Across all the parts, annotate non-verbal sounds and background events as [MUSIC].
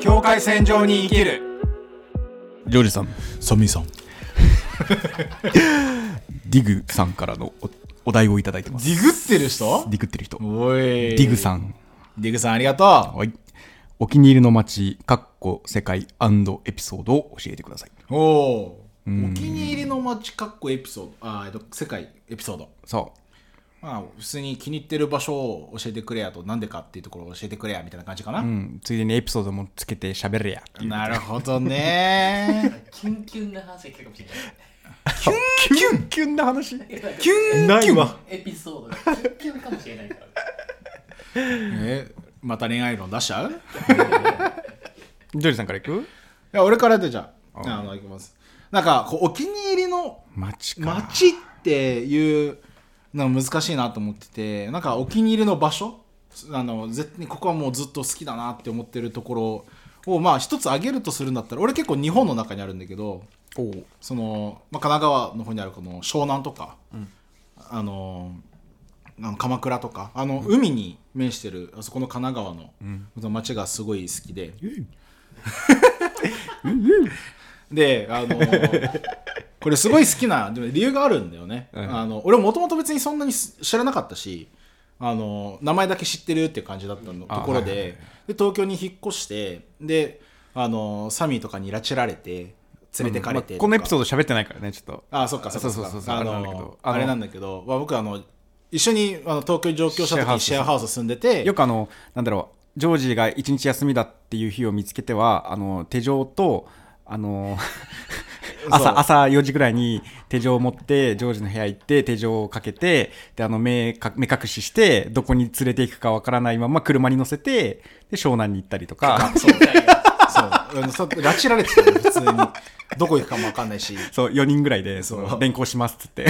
境界線上に生きるジョージさん、サミー [LAUGHS] さんディグさんからのおお題をいただいてます。ディグってる人ディグってる人。おいディグさん。ディグさんありがとはい。お気に入りの街、かっこ世界エピソードを教えてください。うおーお気に入りの街かっこエピソードあーえっと世界エピソードさあ、まあ普通に気に入ってる場所を教えてくれやとなんでかっていうところを教えてくれやみたいな感じかな、うん、ついでにエピソードもつけて喋れやっていう。なるほど [LAUGHS] ねキュンキュンな話が来たかもしれなキュンキュンな話い。キュンないわエピソードがキュンキュンかもしれないから。えまた恋愛論出しちゃういジョージさんから行くや俺からでじゃああのいきますなんかこうお気に入りの街か。街っていうの難しいなと思っててなんかお気に入りの場所あの絶対にここはもうずっと好きだなって思ってるところをまあ一つ挙げるとするんだったら俺結構日本の中にあるんだけどその、まあ、神奈川の方にあるこの湘南とか、あのあの鎌倉とかあの海に面してるあそこの神奈川の,、その町がすごい好きで、であのこれすごい好きなでも理由があるんだよね、あの俺もともと別にそんなにす知らなかったしあの名前だけ知ってるっていう感じだったの、あところで,、はいはいはいで東京に引っ越してであのサミーとかに拉致られて連れてかれてとか、まあこのエピソード喋ってないからね、ちょっと。あそっかそっかそうそそっうそかあうあれなんだけのどあれなんだけど、まあ、僕あの一緒にあの東京に上京した時にシシェェアアハウス住んでてよくあの、なんだろう、ジョージが一日休みだっていう日を見つけては、あの手錠と、あの [LAUGHS] そう朝朝4時ぐらいに手錠を持って、ジョージの部屋行って、手錠をかけて、であの目か目隠しして、どこに連れて行くかわからないまま車に乗せて、で湘南に行ったりとか、そうだよ。そうあのそう拉致られてたよ普通にどこ行くかも分かんないしそう4人ぐらいでそうその連行しますっつって。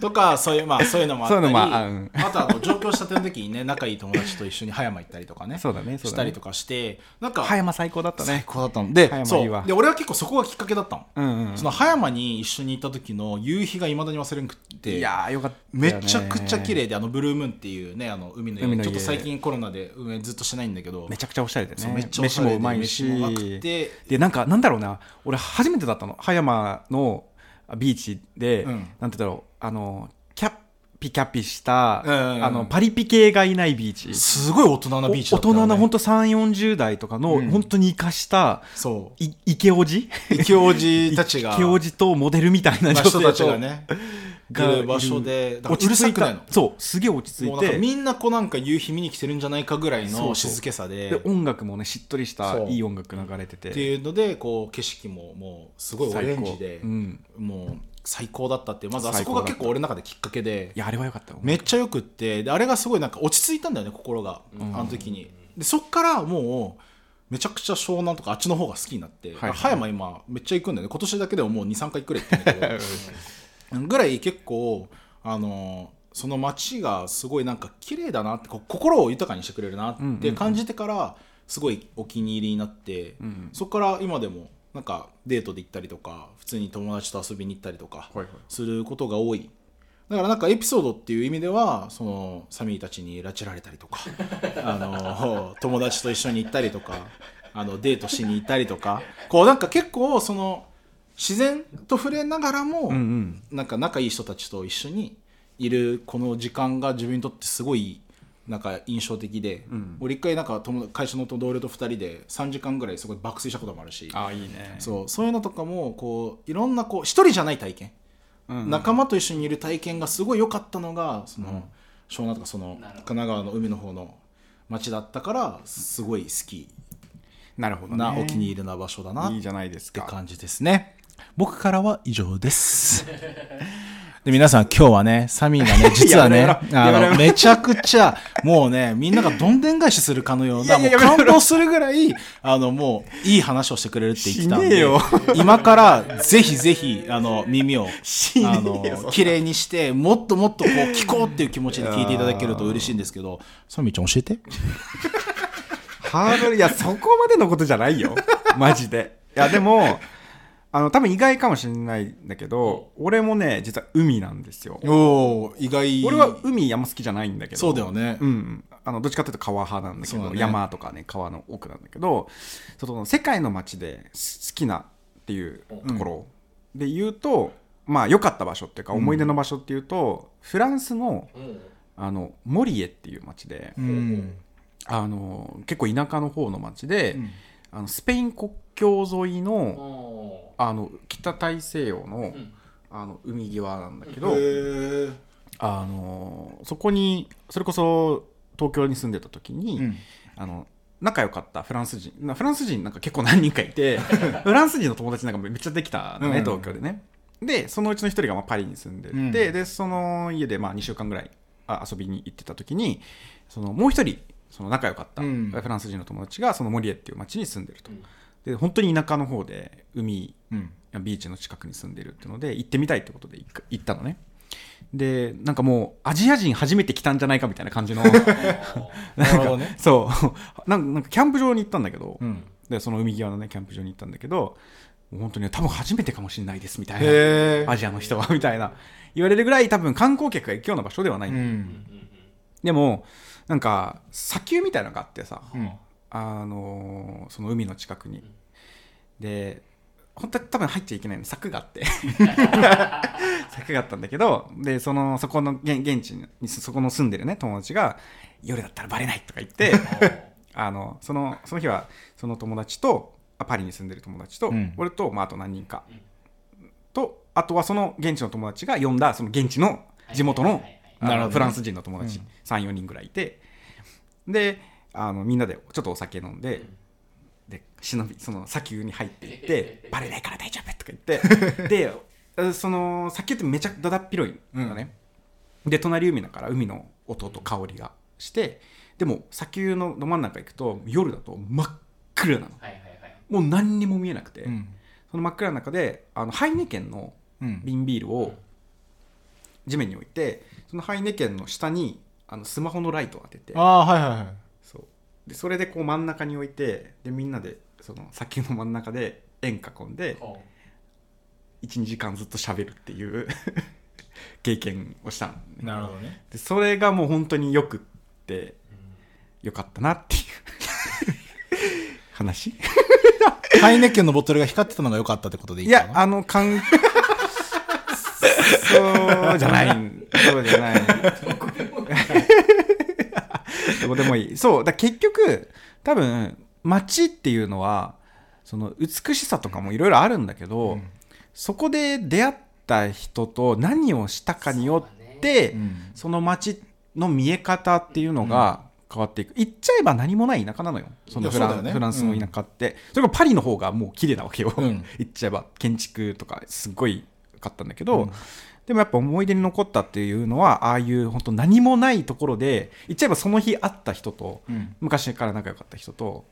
とかそういうまあそういうのもあったりそういうのあもあうんとあの上京したての時にね仲いい友達と一緒に葉山行ったりとかねそうだねそうだねしたりとかしてなんか葉山最高だった最ね。高だったので葉山そいいわうで俺は結構そこがきっかけだったの、うんうんその葉山に一緒に行った時の夕日がいまだに忘れんくっていやーよかった、めちゃくちゃ綺。麗であのブルームーンっていうねあの海の家海のち家ょっと最近コロナで運営ずっとしてないんだけどめちゃくちゃおしゃれでそうねめっちゃおし飯ゃれでもうまいし飯もうまくてでなんかなんだろうな俺初めてだったの葉山のあビーチで、うんなんて言うんだろうあのキャッピキャッピした、うんうんうんあのパリピ系がいないビーチすごい大人なビーチだお大ったよね人な本当三3 4 0代とかの、うん本当に生かしたそい池おじう池王子たちが池おじとモデルみたいなまあ女性人とたちがねがいる場所でだから落ちう着るさいくないのたそうすげえ落ちも着いうなんてかみんなこうなんか夕日見に来てるんじゃないかぐらいそのうそう静けさでで音楽もねしっとりしたそういい音楽流れててっていうのでこう景色ももうすごいオレンジで最高うんもう最高だったっていうまずあそ最こ高だがった結構俺の中できっかけでいやあれはよかったよめっちゃよくってであれがすごいなんか落ち着いたんだよね心が、あの時にでそっからもうめちゃくちゃ湘南とかあっちの方が好きになって、はい葉山今めっちゃ行くんだよね今年だけでももう23回行くれって言うんだけどぐらい結構あのその街がすごいなんか綺麗だなってこう心を豊かにしてくれるなって感じてからすごいお気に入りになって、そこから今でもなんかデートで行ったりとか普通に友達と遊びに行ったりとかはいはいすることが多いだからなんかエピソードっていう意味ではそのサミーたちに拉致られたりとか [LAUGHS] あの友達と一緒に行ったりとかあのデートしに行ったりとかこうなんか結構その自然と触れながらも、んなんか仲いい人たちと一緒にいるこの時間が自分にとってすごいなんか印象的で、俺一回なんか友会社の同僚と2人で3時間ぐらいすごい爆睡したこともあるしあいいねそうそういうのとかもこういろんなこう一人じゃない体験、うんうん仲間と一緒にいる体験がすごい良かったのがその、湘南とかそのなるほど神奈川の海の方の町だったからすごい好きなるほどねな、お気に入りな場所だなっいいじゃないですてか感じですね僕からは以上です [LAUGHS] で皆さん今日はねサミー [LAUGHS] がね実はねやめろやめろあやめのろめちゃくちゃもうねみんながどんでん返しするかのよういなやいもうややめろ感動するぐらいあのもういい話をしてくれるって言ってたんしねえでよ今からぜひぜひあの耳をしねえよあそんのな綺麗にしてもっともっとこう聞こうっていう気持ちで聞いていただけると嬉しいんですけどサミーちゃん教えてハードル、いや、そこまでのことじゃ [LAUGHS] ないよ。マジで。いや、でも、あの、多分意外かもしれないんだけど、俺もね、実は海なんですよ。おお意外俺は海あんま好きじゃないんだけど。そうだよねうん。あのどっちかというと川派なんだけそうどだね山とかね川の奥なんだけどその世界の街です好きなっていうところで言うと、まあ良かった場所っていうかうん思い出の場所っていうと、フランスのうんあのモリエっていう街で、うんあの結構田舎の方の街で、うんあのスペイン国境沿いうんのおあの北大西洋の,、ーうんあの海際なんだけへど、ーあのそこにそれこそ東京に住んでた時に、うんあの仲良かったフランス人なフランス人なんか結構何人かい [LAUGHS] てフランス人の友達なんかめっちゃできたのね、うん東京でねでそのうちの一人がまあパリに住んでて、うんでその家でまあ2週間ぐらいあ遊びに行ってた時にそのもう一人その仲良かったうんフランス人の友達がそのモリエっていう町に住んでると、うんで本当に田舎の方で海うんビーチの近くに住んでるってので行ってみたいってことで行く行ったのねでなんかもうアジア人初めて来たんじゃないかみたいな感じのあなるほどねそう [LAUGHS] なんなんかキャンプ場に行ったんだけど、うんでその海際のねキャンプ場に行ったんだけどもう本当に多分初めてかもしれないですみたいなへえアジアの人はみたいな言われるぐらい多分観光客が行くような場所ではない、ーうんうんでもなんか砂丘みたいなのがあってさ、うんあのーその海の近くにんで本当は多分入っちゃいけないの柵があって [LAUGHS] 柵があったんだけどでそのそこの現現地にそそこの住んでるね友達が「夜だったらバレない」とか言ってうんあのそのその日はその友達とあパリに住んでる友達と、うん俺と、まあ、あと何人か、うんとあとはその現地の友達が呼んだその現地の地元はいのはいはいあのなるほどねフランス人の友達、うん34人ぐらいいてであのみんなでちょっとお酒飲んで。うんで忍びその砂丘に入っていって「バレないから大丈夫」とか言 [LAUGHS] ってでえその砂丘ってめちゃだだっ広いのね、で隣海だから海の音と香りがしてでも砂丘のど真ん中行くと夜だと真っ暗なのはいはいはいもう何にも見えなくて、うんその真っ暗な中であのハイネケンのうん瓶ビールを地面に置いてそのハイネケンの下にあのスマホのライトを当ててああはいはいはいそうでそれでこう真ん中に置いてでみんなでその砂丘の真ん中で円囲んでおー12時間ずっと喋るっていう [LAUGHS] 経験をしたのねなるほどねでそれがもう本当によくってよかったなっていう [LAUGHS] 話ハイネッケンのボトルが光ってたのが良かったってことでいいいかやなあの感そうじゃないそうじゃないどこでもい [LAUGHS] いそうだから結局多分街っていうのはその美しさとかもいろいろあるんだけど、うんそこで出会った人と何をしたかによってうそ,、んの街の見え方っていうのが変わっていく、言っちゃえば何もない田舎なのよそのフいやラそうンだよねフランスの田舎って、それからパリの方がもう綺麗なわけよ、うん言っちゃえば建築とかすっごい良かったんだけど、うんでもやっぱ思い出に残ったっていうのはああいう本当何もないところで言っちゃえばその日会った人とうん昔から仲良かった人と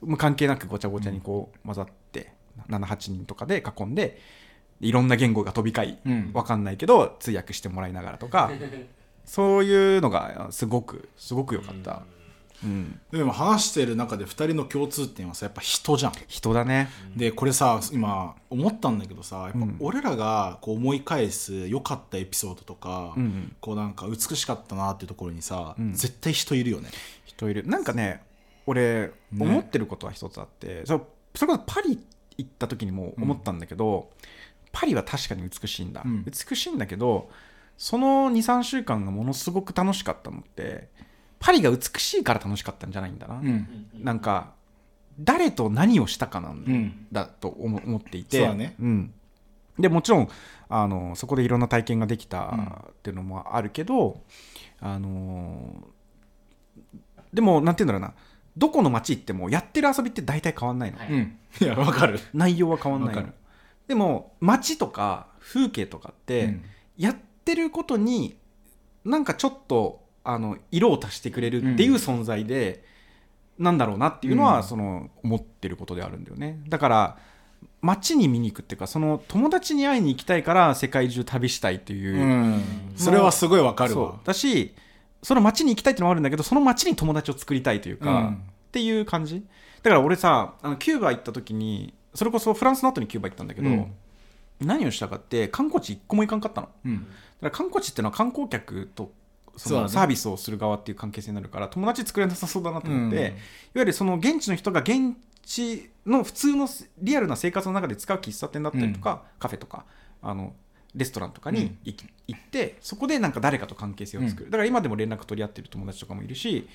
もう関係なくごちゃごちゃにこう混ざって、78人とかで囲んでいろんな言語が飛び交い、うんわかんないけど通訳してもらいながらと [LAUGHS] かそういうのがすごくすごく良かった、うん、でも話してる中で2人の共通点はさやっぱ人じゃん人だねでこれさ今思ったんだけどさやっぱうん俺らがこう思い返す良かったエピソードとか、うんうんこうなんか美しかったなっていうところにさ、うん絶対人いるよね人いるなんかね俺ね思ってることは一つあって、そうそれこそパリ行った時にも思ったんだけど、パリは確かに美しいんだ、うん美しいんだけどその23週間がものすごく楽しかったのってパリが美しいから楽しかったんじゃないんだな、んなんか誰と何をしたかなんだうんだと思思っていてそうだねん、でもちろんあのそこでいろんな体験ができたっていうのもあるけど、あのでもなんて言うんだろうなどこの街行ってもやってる遊びって大体変わんないの、はいうんいやわかる内容は変わんないわのかるでも街とか風景とかって、うんやってることになんかちょっとあの色を足してくれるっていううん存在で、なんだろうなっていうのは、うんその思ってることであるんだよねだから街に見に行くっていうかその友達に会いに行きたいから世界中旅したいというう、んそれはすごいわかるそわうだしその街に行きたいっていうのもあるんだけどその街に友達を作りたいというか、うんっていう感じだから俺さあのキューバ行った時にそれこそフランスの後にキューバ行ったんだけど、うん何をしたかって観光地一個も行かんかったの。うんだから観光地っていうのは観光客とそそうだのねサービスをする側っていう関係性になるから友達作れなさそうだなと思って、うんいわゆるその現地の人が現地の普通のリアルな生活の中で使う喫茶店だったりとか、カフェとかあのレストランとかに行き行ってそこでなんか誰かと関係性を作る、だから今でも連絡取り合ってる友達とかもいるし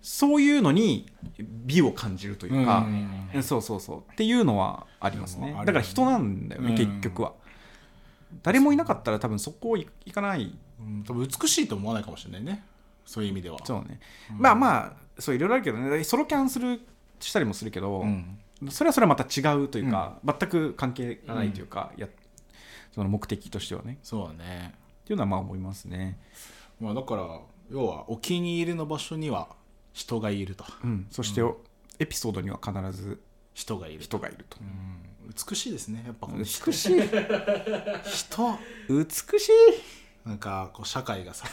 そういうのに美を感じるというか、うんえそうそうそうっていうのはありますうんあねるよねだから人なんだよね、うん結局は誰もいなかったら多分そこ行行かないうん多分美しいと思わないかもしれないねそういう意味ではそうね、まあまあそういろいろあるけどねソロキャンするしたりもするけど、うんそれはそれはまた違うというか、全く関係がないというか、やその目的としてはねそうだねっていうのはまあ思いますね、まあだから要はお気に入りの場所には人がいるとうん、そして、エピソードには必ず人がいると人がいると、うん美しいですねやっぱこの美人しい人美しいなんかこう社会が [LAUGHS] さ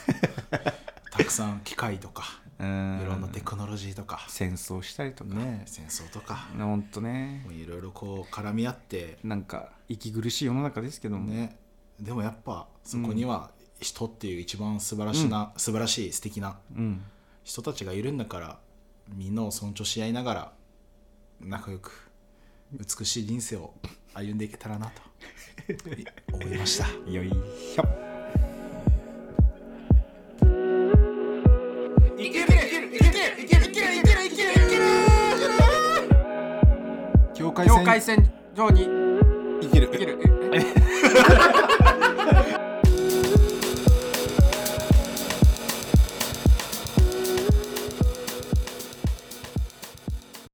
たくさん機械とかういんろんなテクノロジーとか、戦争したりとかね、戦争とかほんとねもういろいろこう絡み合って、なんか息苦しい世の中ですけども、ね、でもやっぱそこには人っていう一番素晴らしな、素晴らしい素敵なうん、人たちがいるんだからみんなを尊重し合いながら仲良く美しい人生を歩んでいけたらなと思いました。よいしょ。いけるいけるいけるいけるいけるいけるいけるいけるいける境界境界線上に生きるいける